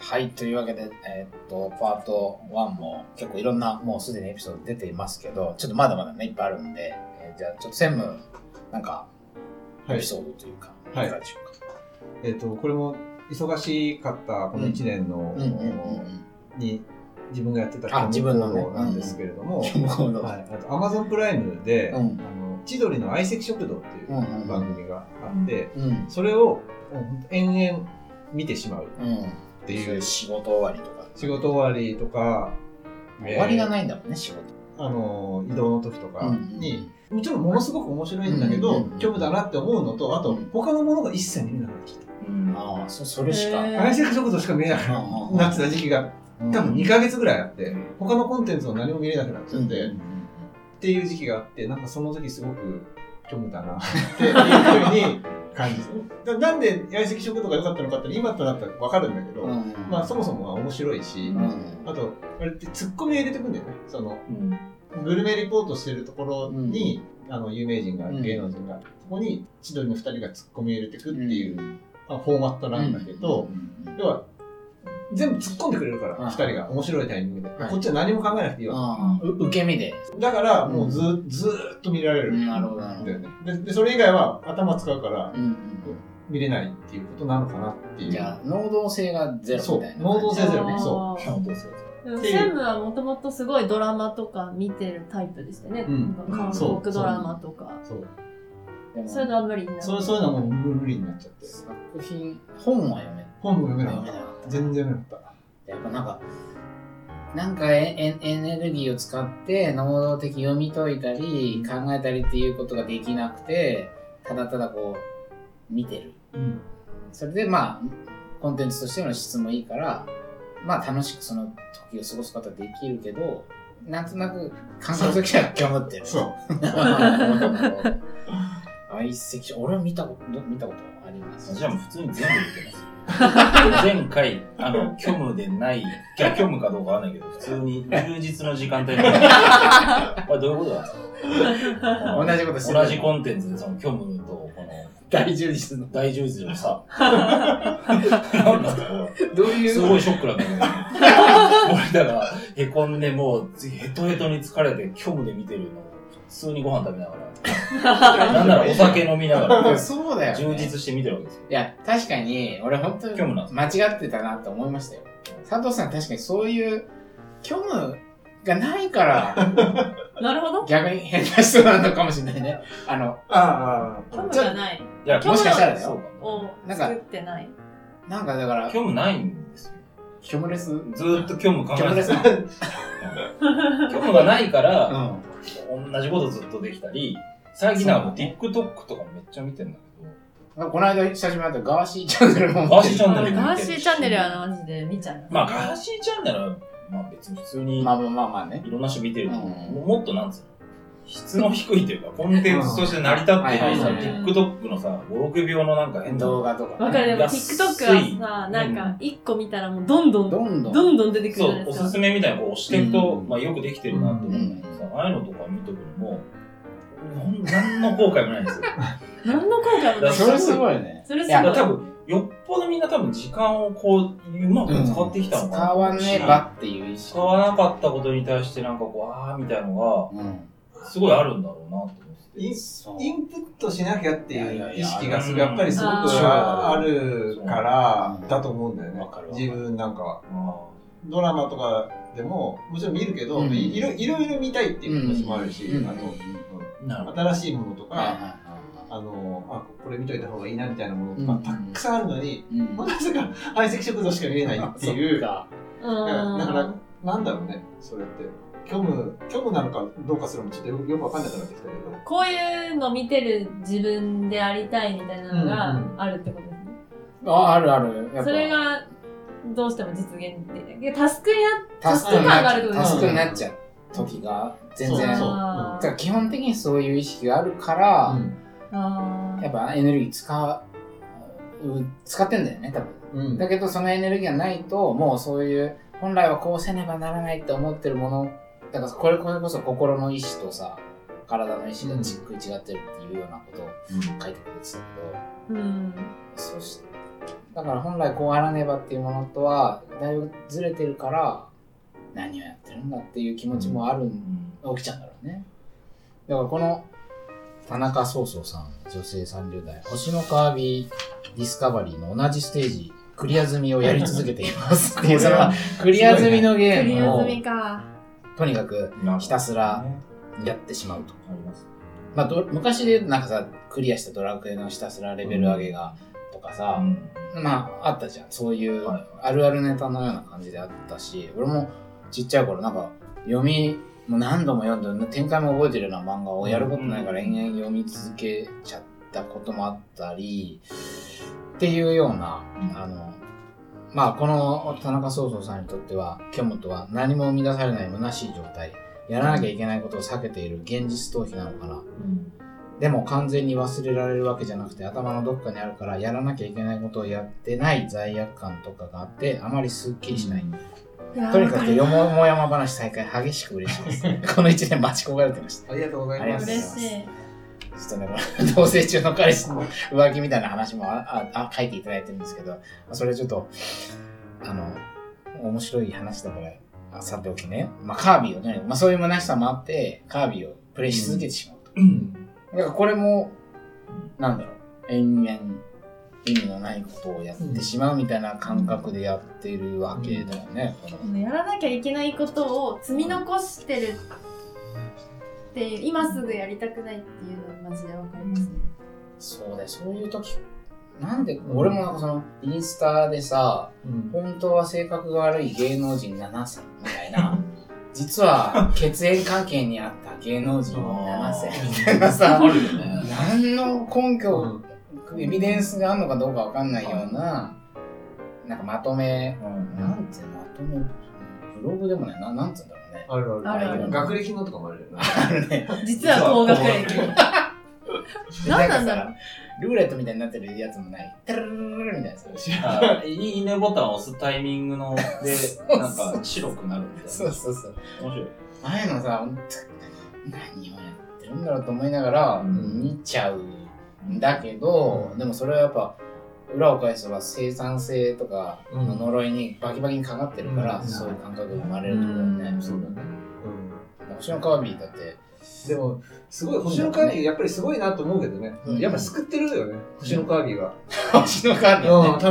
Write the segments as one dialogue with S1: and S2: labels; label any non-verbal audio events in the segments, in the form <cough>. S1: はい、というわけで、えーっと、パート1も結構いろんな、もうすでにエピソード出ていますけど、ちょっとまだまだね、いっぱいあるんで、えーじゃあ、ちょっと専務、なんか、
S2: は
S1: エ
S2: い
S1: ピ。ソードというか、
S2: はい
S1: かがでしょうか。
S2: えっ、と、これも忙しかったこの1年の、
S1: うんうんうん
S2: に自分がやってた
S1: あ自分のね
S2: 行動なんですけれども、
S1: うん。なるほど。
S2: はい、あと Amazon プライムで、
S1: うん
S2: あの千鳥の相席食堂っていう
S1: うんうんうん
S2: 番組があって、
S1: うん。
S2: それをもうほんと延々見てしまうっ
S1: うん。ってて
S2: い
S1: いうう仕事終わりとか。
S2: 仕事終わりとか、
S1: 終わりが
S2: い
S1: ないんだもんね、仕事。
S2: あの移動の時とかに、
S1: うん
S2: もちろんものすごく面白いんだけど、
S1: うんうんうん
S2: 虚無だなって思うのとあと他のものが一切見れなくなっちゃった。
S3: うん
S1: ああ、そそれしか。
S3: へー
S2: 相席食堂しか見れなくなっ
S1: うん
S2: なってた時期が
S1: うん
S2: 多分2ヶ月ぐらいあって、
S3: うん
S2: 他のコンテンツを何も見れなくなっちゃ
S1: う
S2: っ
S1: ん
S2: て、
S1: う
S2: っ
S1: ん
S2: ていう時期があって、なんかその時すごく虚無だ
S1: <laughs>
S2: なっていうふうに感じた。だなんで相席食堂が良かったのかって今となったら分かるんだけど、
S1: うんうん
S2: まあそもそもは面白いし、
S3: も
S1: うん
S2: あと、あれってツッコミを入れてくんだよね。その、
S3: うん
S2: グルメリポートしてるところに、あの、有名人が、芸能人が、そこに千鳥の2人がツッコミを入れてくっていう、
S1: ん
S2: まあフォーマットなんだけど、
S1: うん
S2: 要は全部突っ込んでくれるから
S1: うん
S2: 2人が面白いタイミングで
S1: はい
S2: こっちは何も考えなくていいわ
S1: ああう受け身で。
S2: だからもうず,、ずーっと見られるん
S1: なるほど。なるほ
S2: だ
S1: ど
S2: よねででそれ以外は頭使うから
S1: うんうんうん
S2: 見れないっていうことなのかなっていう
S1: じゃあ、能動性がゼロみたいな。
S2: そう能動性ゼロね
S3: あ
S2: そ
S3: ー
S2: う能動性
S3: でも専務はもともとすごいドラマとか見てるタイプでしたよね、
S2: うん
S3: 韓国ドラマとか
S2: そう
S1: でも
S3: そういうのは無理になる
S2: そうそういうのはもう無理になっちゃって
S1: 作品、本は読め
S2: 本も読めな
S1: 読
S2: か
S1: めな
S2: った
S1: かった。
S2: 全然読めなかっ
S1: やっぱなんか、なんかエエエネルギーを使って能動的に読み解いたり考えたりっていうことができなくてただただこう見てる
S2: た、うん、
S1: それでまあコンテンツとしての質もいいからまあ楽しくその時を過ごすことはできるけどなんとなく感覚的には頑張ってる
S2: そう
S1: 相席俺は見たことど見たことあります
S4: じゃあもう普通に全部見てます。前回、あの、虚無でない、いや、虚無かどうかわかんないけど、普通に充実の時間帯に。これどういうことなんですか
S1: 同じことしてる
S4: 同じコンテンツで、その虚無と、この、
S1: 大充実の
S4: 大充実のさ。なんだろう
S1: どうい
S4: す
S1: う
S4: ごいショックなんだけど。俺だから、へこんで、もう、ヘトヘトに疲れて、虚無で見てるのを普通にご飯食べながら。なんならお酒飲みなが
S1: <laughs>
S4: ら、
S1: そうだよ、ね、
S4: 充実して見てるわけですよ。
S1: いや、確かに、俺本当に
S4: 虚無なんです
S1: 間違ってたなと思いましたよ。佐藤さん確かにそういう虚無がないから、
S3: <laughs>
S1: <laughs>
S3: なるほど
S1: 逆に変な人なのかもしれないね。あの、
S2: ああ
S3: 虚無じゃない
S4: いや、
S1: もしかしたらだ
S4: そう
S1: よ。
S4: か。
S3: を
S1: なんか
S3: 作ってない
S1: なんかだから、
S4: 虚無ないんですよ。
S1: 虚無レス、
S4: ずーっと虚無考え
S1: 虚無レ
S4: て
S1: ス
S4: た
S1: な
S3: <laughs>
S4: 虚無がないか
S1: う
S4: ら、
S1: ん。
S4: 同じことずっとできたり、最近なんか TikTok とかめっちゃ見てんだ
S1: なんかこの間、久しぶりに会ったガーシーチャンネルも
S4: けど、
S1: 持っ
S4: ガー
S1: て
S4: シ
S1: る
S4: ーチャンネルも
S3: ガ
S4: 見
S3: ー
S4: てる
S3: シ
S4: し
S3: ーチャンネルはマジで見ちゃう
S4: まあ、ガーシーチャンネルは、まあ別に普通に
S1: まあまあまあまあね。
S4: いろんな人見てるけど、
S1: うん
S4: もっとなんつうの質の低いというか、コンテンツとして成り立ってないさ、
S1: うんはいはいはい
S4: TikTok のさ、5、6秒のなんか変な
S1: 動画とか、
S3: わかるでも
S4: 安い
S3: TikTok はさなんか一個見たらもうどんどんど
S1: どんどん。
S3: んどん出てくるじ
S4: そ、
S3: ゃないうで
S4: お
S3: す
S4: す
S3: か
S4: すめみたいなこう押していくと、
S2: うん
S4: まあよくできてるなと思うんだけどさ、ああいうのとか見とくのも、ほんなんの後悔もないんですよ。
S3: 何の効果もない
S1: それすごいね。
S3: それす
S1: いや
S4: だから
S3: ご
S4: 多
S3: い
S4: 分、よっぽどみんな多分時間をこう、うまく使ってきたのかな。
S1: 使わねばっていう意識。
S4: 使わなかったことに対してなんかこう、あーみたいの
S1: うん。
S4: が、すごいあるんだろうなと思って。
S2: イン
S1: そう
S2: インプットしなきゃっていう意識がす
S4: い
S2: る
S4: やいや
S2: やっ
S4: いや
S2: ぱりすごく
S3: あ
S2: あ
S4: ー
S2: るからだと思うんだよね
S1: わかるわかる
S2: 自分なんかは
S4: あ
S2: ドラマとかでももちろん見るけど、
S1: うん
S2: いいろいろいろ見たいっていう気持ちもあるし、
S1: うん
S2: あと、
S4: ーなるほど。
S2: 新しいものとか、
S1: はいはいはいは
S2: あのあこれ見といた方がいいなみたいなものとか、
S1: うん
S2: たくさんあるのに
S1: い。うん
S2: まさか相席食堂しか見えないっていうだか
S1: か。
S3: うん
S2: らだからなんだろうねそれって虚無虚無なのかどうかするのもちょっとよよくわかんなくなってきたけど
S3: こういうの見てる自分でありたいみたいなの
S2: うんうん
S3: があるってことですね、
S1: あ、あるある。やっぱ
S3: それがどうしても実現できないタスクになっ
S1: タスクになっちゃう。タ
S3: タ
S1: ス
S2: ス
S1: ク
S2: ク
S1: に
S2: に
S1: なっ
S2: なっ
S1: ち
S2: ち
S1: ゃ
S2: ゃ
S1: う
S2: う
S1: 時が全然。
S2: そう
S1: だ
S3: あ
S1: から基本的にそういう意識があるから、
S3: あ
S1: やっぱエネルギー使う、うん使ってんだよね、多分。
S2: うん
S1: だけどそのエネルギーがないと、もうそういう、本来はこうせねばならないって思ってるもの、だからこれこれこそ心の意志とさ、体の意志がちっくり違ってるっていうようなことを書いてくれてたけど、
S3: うん
S1: そしだから本来こうあらねばっていうものとはだいぶずれてるから何をやってるんだっていう気持ちもあるん起きちゃうんだろうねだからこの田中宗宗さん女性30代星のカービィディスカバリーの同じステージクリア済みをやり続けていますっていう <laughs> そのクリア済みのゲ
S3: クリ
S1: ー
S3: ア
S1: ムを
S3: 済みか。
S1: とにかくひたすらやってしまうと、
S4: あります。
S1: まあ、ど昔で言うとなんかさクリアしたドラクエのひたすらレベル上げがとかさ、まああったじゃんそういう
S4: はい
S1: あるあるネタのような感じであったし俺もちっちゃい頃なんか読みもう何度も読んで展開も覚えてるような漫画をやることないから
S4: うん
S1: 延々読み続けちゃったこともあったりっていうような
S4: うん
S1: あのまあこの田中宗宗さんにとっては京本は何も生み出されない虚しい状態やらなきゃいけないことを避けている現実逃避なのかな
S4: うん
S1: でも完全に忘れられるわけじゃなくて頭のどっかにあるからやらなきゃいけないことをやってない罪悪感とかがあってあまりすっきりしない、
S3: いや
S1: とにかくよ
S3: わ
S1: ももやま話再開激しく嬉しいですこの1年待ち焦がれてました
S2: ありがとうござい
S1: りが
S3: か
S2: ま
S3: る
S1: とうござ
S2: す
S1: います
S3: 嬉しい。
S1: ちょっとねこの同棲中の彼氏の浮気みたいな話もあ <laughs> ああ書いていただいてるんですけどそれちょっとあの面白い話だからあさておきね、まあ、カービィをね、まあ、そういう虚しさもあってカービィをプレイし続けてしまうと。
S4: うん
S1: だからこれも、なんだろう、延々意味のないことをやってしまうみたいな感覚でやっているわけだよね。この
S3: やらなきゃいけないことを積み残してるっていう今すぐやりたくないっていうのはマジでわかりますね。
S1: そうだよ、そういう時なんで、俺もなんかその、インスタでさ、
S2: うん
S1: 本当は性格が悪い芸能人7選みたいな、実は血縁関係にあった芸能人7選みたいな
S4: あ
S1: さ、
S4: るよね。
S1: 何の根拠をエビデンスがあるのかどうかわかんないような、なんかまとめ、なんていうのまとめ、ブログでもね、ななんつうんだろうね。
S2: あるあ
S3: あ
S2: る
S3: る
S1: ある
S2: 学歴のとかもあるよな
S1: <laughs> あのね、
S3: 実は高学歴。何 <laughs> なんだろ
S1: かさルーレットみたいになってるやつもない。テルルルルルルみたいなさ。
S4: あいいいねボタンを押すタイミングので、なんか白くなるみたいな。
S1: そうそうそう。
S4: 面白い。
S1: 前のさ、ほんと何をやってるんだろうと思いながら、
S4: うん
S1: 見ちゃうんだけど、でもそれはやっぱ、裏を返せば生産性とかの呪いにバキバキにかかってるから、
S2: うん
S1: そういう感覚が生まれると思うよね。
S2: そうだねうん
S1: 星のカービィだって、 <laughs>
S2: でも、すごい、星のカービィ、やっぱりすごいなと思うけどね。
S1: うん
S2: やっぱ救ってるよね、星のカービィは。
S1: 星のカービィはね
S2: うん、田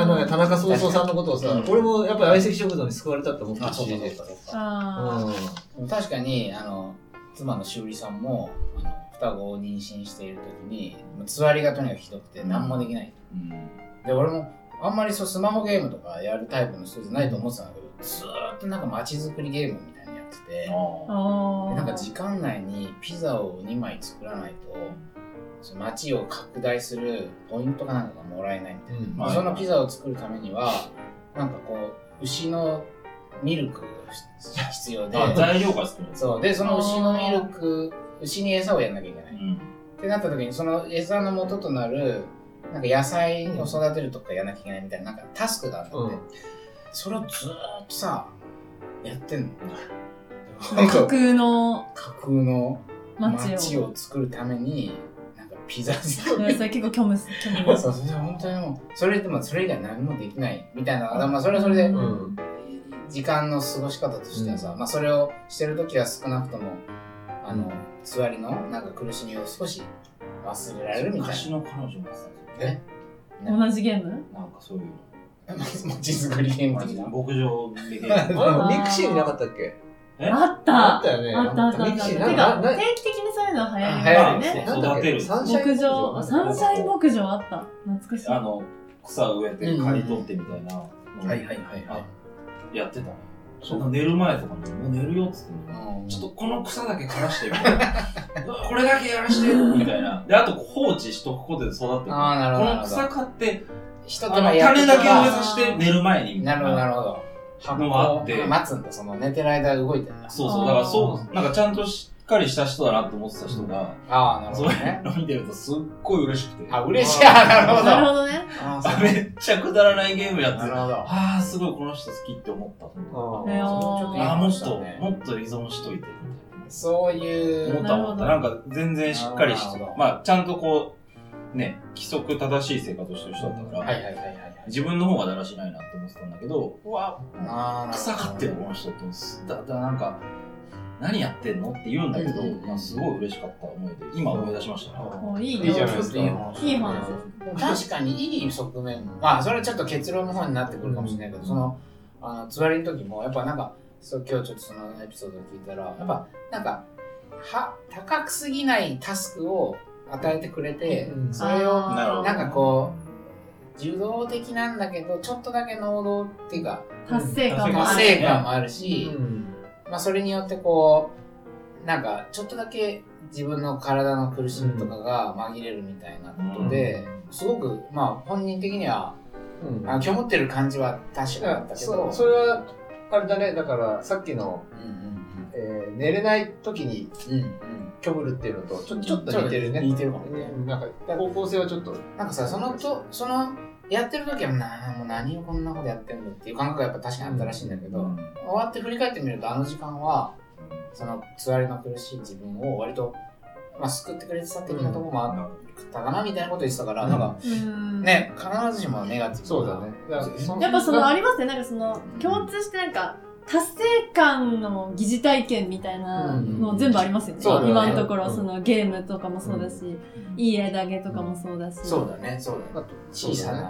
S1: <laughs>
S2: あのね
S3: うん
S2: 田中壮壮さんのことをさ、
S1: うん
S2: 俺もやっぱり相席食堂に救われたって思って
S1: あ、
S2: る
S1: そう
S2: し、
S1: かそううんかそう
S3: う。
S1: か。
S3: あ
S1: 確かに、あの、妻のしおりさんも、あの、双子を妊娠している時に、もうつわりがとにかくひどくて、何もできない。
S4: うん
S1: で、俺も、あんまりそう、スマホゲームとかやるタイプの人じゃないと思ってたんだけど、ずーっとなんか街づくりゲームみたいにやってて、
S3: ー
S4: あ
S3: あ
S1: で
S3: ー。
S1: なんか時間内にピザを2枚作らないと、その街を拡大するポイントかなんかがもらえないみたいな。
S2: うん
S4: ま
S1: ま
S4: あ
S1: あ、そのピザを作るためにはなんかこう牛のミルクが必要で
S4: あ。あ、材料が少ない。
S1: そうでその牛のミルク牛に餌をやんなきゃいけない、
S4: うん
S1: ってなった時にその餌の元となるなんか野菜を育てるとかやんなきゃいけないみたいななんかタスクがあるんだって、
S2: うん
S1: それをずーっとさやってんのなん
S3: 架
S1: か
S3: 空の
S1: 架空の
S3: 街
S1: 街
S3: を。
S1: を作るためになんかピザ作
S3: い
S1: り
S3: やそれ結構虚無す。虚無
S1: そうそれ本当にもうそれでもそれ以外何もできないみたいなだからまあそれはそれで、
S2: うん
S1: 時間の過ごし方としてはさ、まあ、それをしてる時は少なくともあの、
S2: うん
S1: 座りのなんか苦しみを少し忘れられるみたい
S4: 昔の彼女がさ、
S1: え
S3: 同じゲーム？
S4: なんかそういうの。
S1: な街づくりゲーム的な
S4: 牧場でゲ
S2: あ
S4: ー
S2: れ
S4: ム。
S2: もミクシーになかったっけ
S4: え
S3: あっ
S2: あ
S3: た
S2: っ。たよね。
S3: あったあったあ
S2: ミ
S3: っ
S2: ク
S3: た。
S2: シ
S3: て
S2: ー
S3: か
S2: ななな
S3: 定期的にそういうのは流行
S1: あ流
S3: り
S1: 行る
S3: ますよね。
S2: なんだっけ
S4: 育てる
S2: サンシャイン
S3: 牧場、サンシャイン牧場あった。懐かしい。
S4: <laughs> あの、草植えて刈り取ってみたいな。
S1: はいはいはいはい
S4: い。やってたね。そう寝る前とかに、もう寝るよっつってんのに
S1: うん
S4: ちょっとこの草だけ枯らしてみたいな。うわ <laughs> これだけやらしてみたいな。で、あと放置しとくことで育ってくる。
S1: ああなるほど
S4: この草買って、
S1: 人
S4: あ
S1: と
S4: の
S1: の
S4: 種
S1: やり
S4: だけを
S1: 方
S4: 植え
S1: が
S4: させて寝る前にみ
S1: な
S4: た
S1: いるほ
S4: な。
S1: どなるほど発
S4: のがあって
S1: 酵待つんだその寝てる間動いてんだ
S4: そうそう。だからそう、なんかちゃんとしっかりした人だなと思ってた人が、
S1: ああなるほ
S4: そ
S1: ど
S4: う
S1: ね
S4: いうの見てるとすっごい嬉しくて。
S1: あ嬉しいあなるほど
S3: なるほどね。
S1: あ
S4: あ
S1: ー
S4: <laughs> めっちゃくだらないゲームやって
S1: そうな
S4: る
S1: る。ほど
S4: ああ、すごいこの人好きって思った。
S2: あ
S3: ね
S2: ー
S1: そう
S4: ああ、もっと、
S1: ね
S4: もっと依存しといて。
S1: そうい
S4: 思
S1: う
S4: った思った。
S3: な
S4: な
S3: る
S4: ん
S3: ほど
S4: か全然しっかりし
S1: な
S4: て
S1: るほど、
S4: まあちゃんとこう、ね、規則正しい生活をしてる人だったから、
S1: はいはいはいはいはい。
S4: 自分の方がだらしないなって思ってたんだけど、うわ、
S1: あー
S4: 草がってるこの人って、だ、だ、なんか、何やってんのって言うんだけど、
S1: うん
S4: まあ、すごい嬉しかった思いで、今思い出しましたね。
S3: もういい
S2: いいじゃないです
S3: す
S2: か。
S3: いい話で
S1: 確
S3: す。
S1: かにいい側面もまあそれはちょっと結論の方になってくるかもしれないけど、そのあのつわりの時もやっぱなんかそう今日ちょっとそのエピソードを聞いたらやっぱなんかは高くすぎないタスクを与えてくれて、
S2: うん
S1: それを
S4: なるほど
S1: なんかこう受動的なんだけどちょっとだけ能動っていうか
S3: 達成感もあ
S1: 達
S3: る
S1: 成感もあるし、
S2: うん
S1: まあ、それによってこうなんかちょっとだけ自分の体の苦しみとかが紛れるみたいなことで、すごくまあ本人的には
S2: うん
S1: あ今日持ってる感じは確かだったけ
S2: そ
S1: ど
S2: うそれはあれだねだからさっきの、
S1: うんうん
S2: えー寝れない時に
S1: うんうん
S2: 虚無るっていうのとち
S1: う
S2: ょ
S1: ん
S2: ちょっと似てるね
S1: 似てるかもね
S2: うんなんか方向性はちょっと
S1: なんかさそのとそのやってる時はなもう何をこんなことやってんのっていう感覚がやっぱ確かにあったらしいんだけど、
S4: うん
S1: 終わって振り返ってみるとあの時間はそのつわりの苦しい自分を割と、まあ、救ってくれてた的なところもあったかなみたいなこと言ってたから、
S2: うん
S1: なんか
S3: うん
S1: ね必ずしもネガティブ
S2: そうだねだからん
S3: やっぱそのありますねなんかその共通してなんか達成感の疑似体験みたいなの全部ありますよね,、
S1: そうだね
S3: 今のところ
S2: うん
S3: そのゲームとかもそうだし、いい枝毛とかもそうだし、
S1: そうだねそうだね
S2: なんか
S1: 小さ
S2: そうだね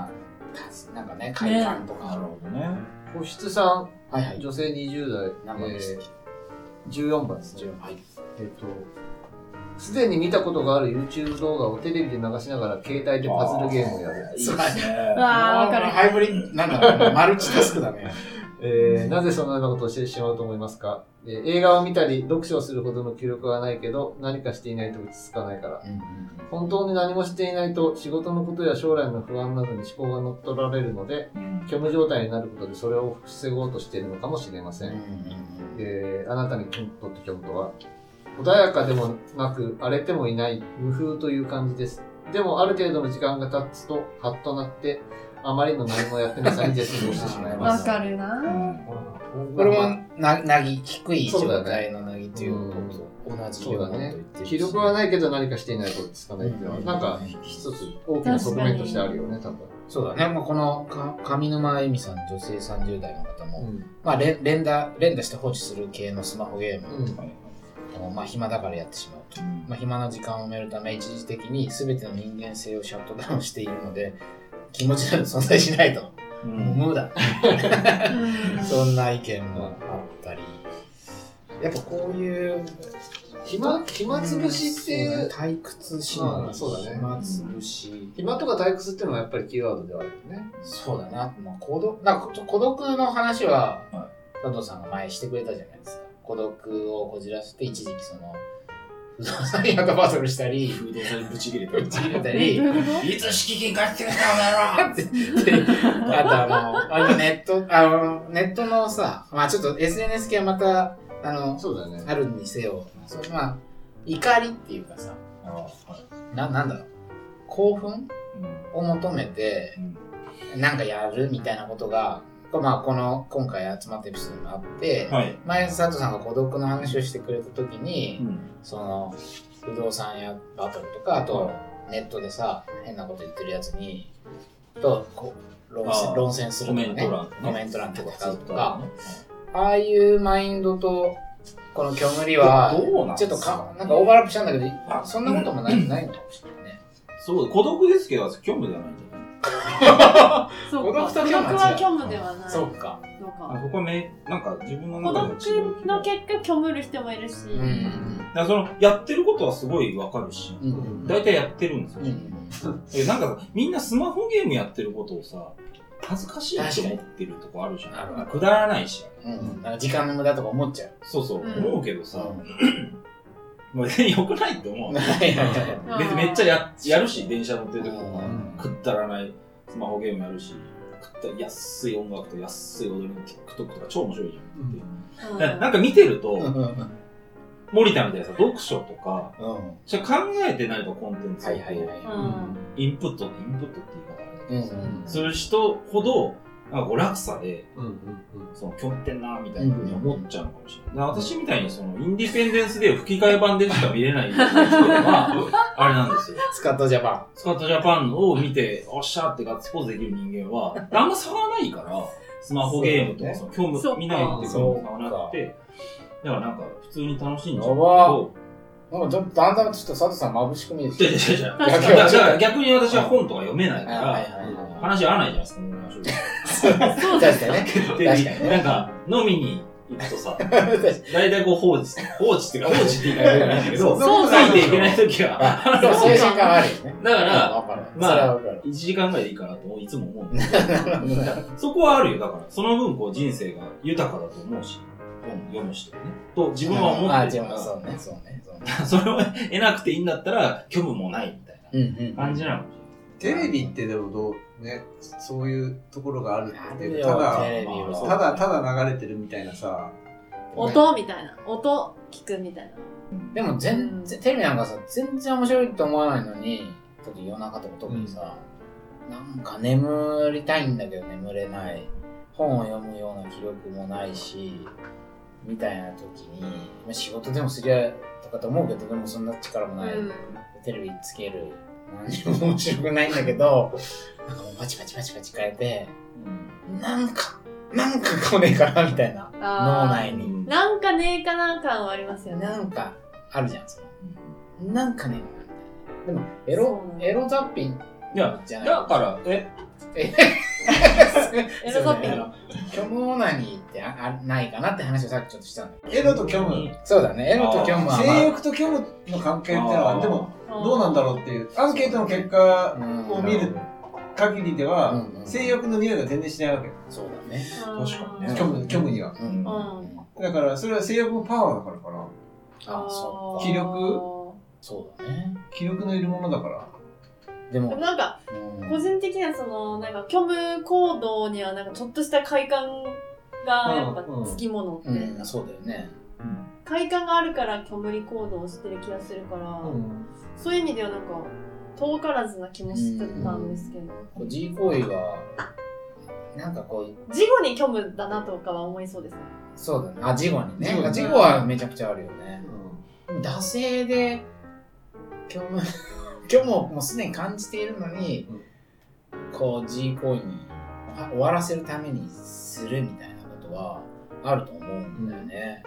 S1: な、なんかね快感と
S4: な
S1: か、
S4: るほどね。
S2: 保湿さ
S1: はいは
S2: ん
S1: い
S2: 女性20代
S1: 何、番
S2: え
S1: でしたっ
S2: ー、14番です
S1: け
S2: ね
S1: はい
S2: えっとすでに見たことがある YouTube 動画をテレビで流しながら携帯でパズルゲームをやる、
S4: いいです
S3: う
S4: ね。
S3: わあわかる
S1: ハイブリッドなんだろう <laughs> ねマルチタスクだね
S2: えーなぜそのようなことをしてしまうと思いますか、えー映画を見たり読書をするほどの記録はないけど何かしていないと落ち着かないから
S1: うんうん
S2: 本当に何もしていないと仕事のことや将来の不安などに思考が乗っ取られるので虚無状態になることでそれを防ごうとしているのかもしれません、
S1: うん
S2: えーあなたにとって虚無とは穏やかでもなく荒れてもいない無風という感じですでもある程度の時間が経つとハッとなってあまりの何もやってなさに絶望してしまいま <laughs>
S3: わ
S2: す
S3: かるな、
S1: これもななぎ低い状態のなぎということと同じ
S2: そう
S1: よう
S2: だ
S1: なこと言っ
S2: ね
S1: てる
S2: 気力はないけど何かしていないと落ち着かないっていうのはなんか一つ大きな側面としてあるよね多分、
S1: そうだね、まあ、このか上沼恵美さん女性30代の方も、
S2: うん
S1: まあ、連連打連打して放置する系のスマホゲーム
S2: うん
S4: はい
S1: を、まあ、暇だからやってしまうと、まあ、暇な時間を埋めるため一時的に全ての人間性をシャットダウンしているので気持ちなど存在しないと
S4: うん
S1: 思うだ、
S3: うん
S1: そんな意見もあったりやっぱこういう
S2: 暇暇つぶしってい
S1: そうだ
S2: う、
S1: ね退屈しな
S2: まあそうだね
S1: 暇つぶし
S2: 暇とか退屈っていうのはやっぱりキーワードではあるよね。
S1: そうだな、まあ、孤独なんか孤独の話は、
S4: は
S1: 佐藤さんが前してくれたじゃないですか孤独をこじらせて一時期その不動産屋とバトルしたり
S2: <laughs>
S4: フードサイぶち切れた。
S1: ぶち切れた
S3: えど
S1: り
S3: ういうこ
S4: いつ敷金貸してくれたのだろって。
S1: あとあの、あのネット、あの、ネットのさ、まあちょっと SNS 系はまた、あの、
S2: そうだよね。
S1: あるにせよ、そうまあ、怒りっていうかさ、
S4: ああはい
S1: な、なんだろう、興奮
S4: うん
S1: を求めて、
S4: うん
S1: なんかやるみたいなことが、まあこの、今回集まったエピソードがあって、
S4: はい。
S1: 前、佐藤さんが孤独の話をしてくれた時
S4: う
S1: に、
S4: ん
S1: その、不動産やバトルとか、あと、ネットでさ、変なこと言ってるやつに、と、こう論
S4: あ
S1: 戦
S4: ー
S1: 論戦する
S4: コ
S1: とか
S4: メ
S1: ね
S4: ント欄ね。
S1: コメント欄とか使うとか
S4: はい、
S1: ああいうマインドと、この煙は、
S4: どうなん
S1: ち
S4: で
S1: ょっ
S4: す
S1: と
S4: か
S1: か、なんかオーバーラップしたんだけど、
S4: あ
S1: そんなこともない,、ないのかもしれない
S4: <laughs>
S1: ね。
S4: そう、孤独ですけど、虚無ではないんじゃな
S1: 孤独と虚無は違
S3: とそうか孤独
S4: い
S1: う
S3: は虚無ではない
S1: そうか。
S3: どう
S4: あ
S3: か
S4: そこはめ、なんか自分の
S3: 孤
S4: 中で
S3: 独
S4: も違う気が
S3: の結果虚無る人もいるし、
S1: うんうん
S4: だからその、やってることはすごいわかるし、
S1: うん。
S2: ん
S4: 大体やってるんですよ
S1: うんう。ん
S4: えなんかさみんなスマホゲームやってることをさ、恥ずかしいと思ってるとこあるじ
S1: 確
S4: ゃ
S1: か
S4: ん。
S1: に
S4: くだらないし。
S1: うん。なんか時間の無駄とか思っちゃう。
S4: そうそう、
S3: うん
S4: 思うけどさ、
S1: う。。
S4: もう良くないって思うん
S1: <laughs> はいはいはい
S3: あー
S4: めめっちゃややるし、電車乗ってる時とか
S1: う。ん
S4: くったらないスマホゲームやるし、くった安い音楽と安い踊りの TikTok とか超面白いじゃんっていう。
S3: うん
S4: ななんか見てると、
S1: うんうん
S4: 森田みたいなさ、読書とか、
S1: うん。
S4: それ考えてないとコンテンツをこう
S1: はいはいはい
S3: うん
S4: インプット、インプットって言い方あれだけど
S1: うん
S4: する人ほど、なんかこう落差で、
S2: うんうん
S4: その、きょってんな、みたいなふうに思っちゃうのかもしれない。だから私みたいに、その、インディペンデンスで吹き替え版でしか見れない
S1: <laughs>
S4: 人は、あれなんですよ。
S1: スカットジャパ
S4: スカットジャパンを見て、おっしゃってガッツポーズできる人間
S1: <laughs>
S4: は、あんま差がないから、スマホゲームとか、その、興
S3: そっか
S4: 味見ないっていうか、
S1: そう
S4: 差
S1: か
S4: がなくて、だからなんか、普通に楽しんじゃう
S1: やばン。なんかちょっとだんだんちょっと佐藤さん眩しく見えてき
S4: で
S1: た
S4: でででだ
S3: 確
S1: か
S4: か
S1: に
S4: らだから逆に私は本とか読めないか
S1: あはい
S4: ら、
S1: はいは
S4: 話合わないじゃないですか、僕の話
S1: い。確かにね。確
S4: 勝
S1: かに
S4: 手
S1: ね
S4: に。なんか、飲みに行くとさ、
S1: <laughs> <laughs> 確かに
S4: 大体こう放置、放置っていうか、放置って言い方がないんだけど、
S1: そう
S4: ついていけない時は、
S1: あそうそういう瞬間はあるよね。
S4: だから、
S1: わかる。
S4: まあ
S1: それはわかる。
S4: 1時間ぐらいでいいかなといつも思うんだけど、そこはあるよ、だから。その分、こう、人生が豊かだと思うし、本読むしとかね。と、自分は思
S1: あ、
S4: っ
S1: 自
S4: てる
S1: 分
S4: か
S1: はそ
S4: ら
S1: うね、そうね、そうね。、
S4: <laughs> それを得なくていいんだったら、虚無もないみたい
S1: うんうん。
S4: な感じなの。
S2: テレビってでもどう、ね、そういうところがある
S1: あ
S2: ってい
S1: る
S2: う
S1: よ
S2: か、ただ
S1: テ、レビは
S4: そう
S2: ただただ流れてるみたいなさ、
S3: 音みたいな音聞くみたい
S1: でも全然、テレビなんかさ、全然面白いと思わないのに、特に夜中とか特にさ、なんか眠りたいんだけど眠れない。本を読むような記録もないし、みたいな時に、まあ仕事でもすりゃとかと思うけど、でもそんな力も
S3: な、
S1: ない。
S3: うん
S1: テレビつける。何も面白くないんだけど、なんかもうパチパチパチパチ変えて、なんか、なんか来ねえかな、みたいな。脳
S3: あー
S1: 内
S4: う
S1: に。
S4: ん
S3: なんかねえかな感はありますよね
S1: なんか、あるじゃん、その。なんかねえかな、みたいな。でも、エロ、エロザッピン
S4: い
S3: <laughs>
S4: や、
S1: じゃない。
S4: だから、え、
S3: エロザッピン
S1: そうねあの虚無オナニーってああないかなって話をさっきちょっとしたんだけど。
S2: エロと虚無、
S1: そうだね、エロと虚無は、ま
S2: 性欲と虚無の関係ってのは、でも、どうなんだろうっていう、アンケートの結果
S1: あ、
S2: を見る限りで
S1: う
S2: は、
S1: んうん
S2: 性欲の匂いが全然しないわけ。
S1: そうだね。
S3: うん
S4: 確かにね
S2: 虚無、虚無には。
S1: うん
S4: うん
S2: だから、それは性欲もパワーだからかな。
S1: あ、そ
S3: ー
S1: う
S2: 気
S1: か。
S2: 力
S1: そうだね。
S2: 気力のいるものだから。
S1: で
S3: でも
S1: も、
S3: なんか
S1: うん
S3: 個人的にはそのなんか虚無行動にはなんかちょっとした快感がやっぱつきものって、
S1: うん、そうだよね。
S3: 快感があるから虚無行動をしてる気がするから、
S2: うん
S3: そういう意味ではなんか遠からずな気もしてたんですけど、
S1: こう G 行為は、なんかこう、
S3: 事後に虚無だなとかは思いそうですね
S1: そうだね。あ、事後にね
S2: 事後。ね
S1: 事後はめちゃくちゃあるよね。惰性で、虚無、虚無をもうすでに感じているのに、こう、G 行為にあ終わらせるためにするみたいなことはあると思うんだよね。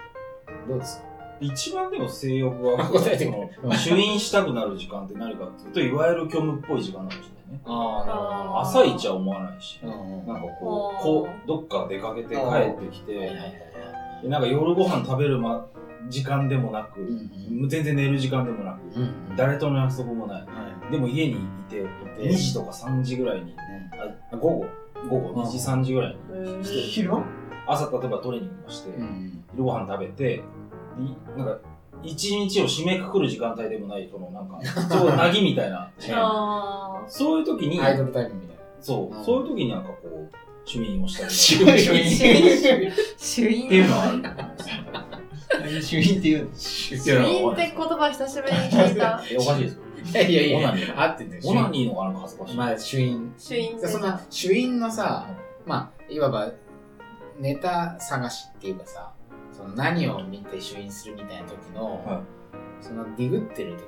S1: どうですか
S4: 一番でも性欲は、
S1: あ答えてくれ
S4: その主飲したくなる時間って何かっていうと、いわゆる虚無っぽい時間かもしれないね。
S1: ああ、
S3: なるほど
S4: 朝一は思わないし、
S1: う
S4: なん
S1: んうん。
S4: か
S1: は
S4: こ
S3: あー
S4: う、こうどっか出かけて帰ってき
S1: いはい
S4: て、
S1: はい
S4: でなんか夜ご飯食べる、ま、時間でもな
S1: うんう
S4: く、
S1: ん
S4: 全然寝る時間でもな
S1: う
S4: く、
S1: んうん。
S4: 誰との約束もない。
S1: は
S4: でも家にいて、
S1: て
S4: 2時とか3時ぐらいに、
S1: いね
S4: あ午後、午後2時3時ぐらいに、
S2: 昼間
S4: 朝例えばトレーニングをして、
S1: うん
S4: 昼ご飯食べて、いなんか、一日を締めくくる時間帯でもない、そのなんか、そう、なぎみた
S1: <laughs>
S4: いな。
S3: あー
S4: そういう時に
S1: うん。、アイドルタイムみたいな。
S4: そうう、
S1: ん
S4: そういう時になんかこう、趣味をしたり
S2: 主
S4: とか。
S2: 因主
S3: 主因
S4: っていうのはあると思いますね。
S2: 因主因っていう
S3: 主因って言葉久しぶりに聞
S1: <laughs>
S3: いた
S4: えおかしいですよ。
S1: いやいやいや、
S4: オナニー
S1: あってんだよ。
S4: オナニーの方がなんか恥ずかしい。
S1: まあ、主因。
S3: 主因って
S1: でその主因のさ、まあ、いわばネタ探しっていうかさ、その何を見て主因するみたいな時の、
S4: は
S1: そのディグってる時。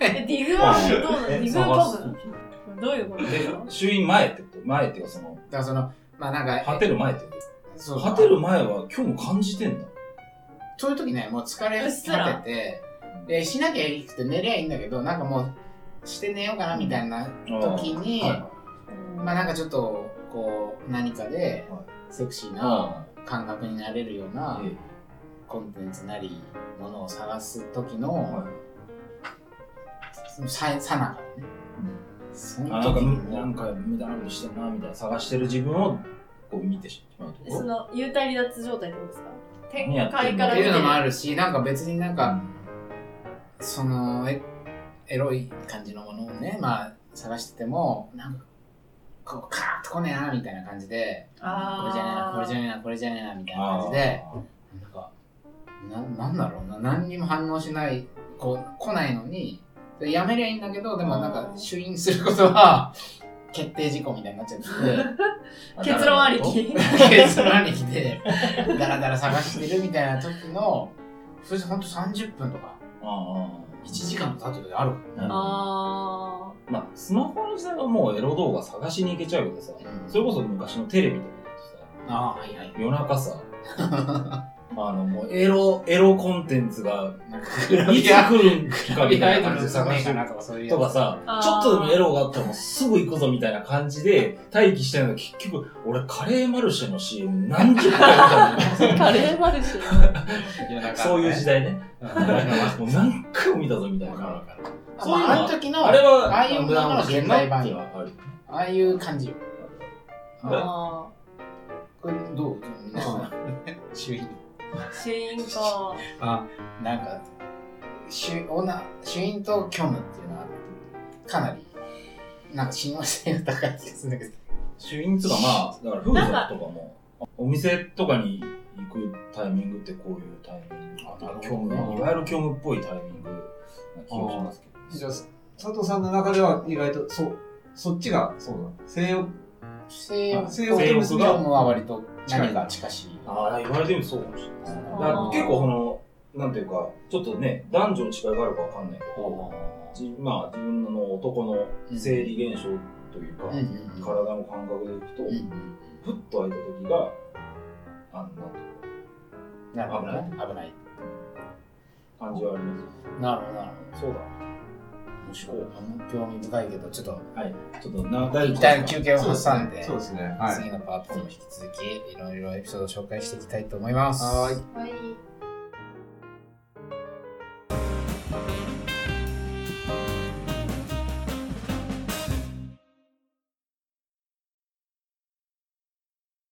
S3: えディグはどうなのディ
S4: <laughs> え
S3: グ
S4: 探
S3: は
S4: す
S3: 虚無なのどういうことですか
S4: え主因前ってこと前っていうかその、
S1: だからその、まあなんか、
S4: 果てる前ってこと
S1: そう
S4: 果てる前は今日も感じてんだ。
S1: そういう時ね、もう疲れ
S3: うっすら
S1: 果てて、で、しなきゃいいくて寝りゃいいんだけど、なんかもう、して寝ようかなみたいな時に、
S4: はい
S1: まあなんかちょっと、こう、何かで
S4: は、
S1: セクシーな
S4: あ
S1: 感覚になれるような
S4: あ、え
S1: コンテンツなり、ものを探す時の、
S4: えはい
S1: そのささなかね。そ
S4: あ
S1: の
S4: なん
S1: 時
S4: か
S1: に
S4: なんか無駄なことしてんなみたいな探してる自分をこう見てしまうとこ
S3: そ
S4: ろ
S3: の幽体離脱状態ってことですか展
S4: 何やってんの
S3: 開か
S1: っ
S3: ら
S1: て
S3: 見
S1: い
S3: て
S1: うのもあ
S3: る
S1: るし、なんか別になんか、そのエ、エロい感じのものをね、まあ、探してても、なんか、こう、カーッと来ねえな、みたいな感じで、これじゃねえな、これじゃねえな、これじゃねえな、みたいな感じで、なんか、ななんだろうな、何にも反応しない、こう、来ないのに、でやめりゃいいんだけど、でもなんか、
S3: あー
S1: 主因することは、決定事項みたいになっちゃって
S3: 結論ありき。
S1: てその兄貴でダラダラ探してるみたいな時のそれほんと30分とか
S4: あ
S1: 1時間も経ってる時あるか
S4: あなるほど
S3: あ
S4: まあスマホの時代はもうエロ動画探しに行けちゃうけどさ、
S1: うん
S4: それこそ昔のテレビとかだとさ
S1: らああはいはい
S4: 夜中さあのもうエロエロコンテンツが
S1: なんか
S4: いつ来るんかみたいな感じで
S1: 探
S4: 探
S1: し
S4: してて
S1: る
S4: る
S1: とかそういう
S4: とかさ
S3: あー
S4: ちょっとでもエロがあったらもうすぐ行くぞみたいな感じで待機してるの結局俺カレーマルシェの CM 何十回見
S1: <laughs>
S4: たんだよ
S5: ーカレーマルシェ。
S4: そういう時代ね
S1: 代
S4: もう何回も見たぞみたい
S1: わかる
S4: な
S1: わかる
S4: そういうの
S1: まあ
S4: は
S1: あの時の
S4: あれは
S1: ああいうものの現代版よ
S4: はある
S1: ああいう感じよ
S3: ーあ
S1: これどうみんな
S2: あ
S1: 主演
S3: ー。主因か。
S1: あなんか主女主因と虚無っていうのはかなりなんか親和性が高い気がするんだけど
S4: 主因とかまあだから風俗とかもお店とかに行くタイミングってこういうタイミング
S1: あなるほど
S4: 虚無いわゆる虚無っぽいタイミングな気がしますけど
S2: じゃあ、佐藤さんの中では意外と、そう、そっちが、そうだ。性欲、
S1: 性
S2: あ
S1: 欲
S2: 性
S1: と
S2: 欲と結び
S1: 虚
S2: が
S1: 無は割と何か近しい
S4: ああ言われてみるとそうかもしれないだから
S3: あー
S4: 結構このなんていうかちょっとね男女の違いがあるかわかんないけど
S1: う
S4: じまあ自分の男の生理現象というか、
S1: んうん
S4: 体の感覚でいくと、
S1: うんうん
S4: ふっと開いた時があん
S1: な
S4: な
S1: るほどね危ない
S4: 感じはあります
S1: なるほどなる
S4: そうだ
S1: 面白い興味深いけどちょっと
S4: はいちょっと長い
S1: 一旦休憩を
S2: そう
S1: 挟んで
S2: そうですね。はい。
S1: 次のパートにも引き続きいろいろエピソードを紹介していきたいと思います
S2: はーい
S3: はい。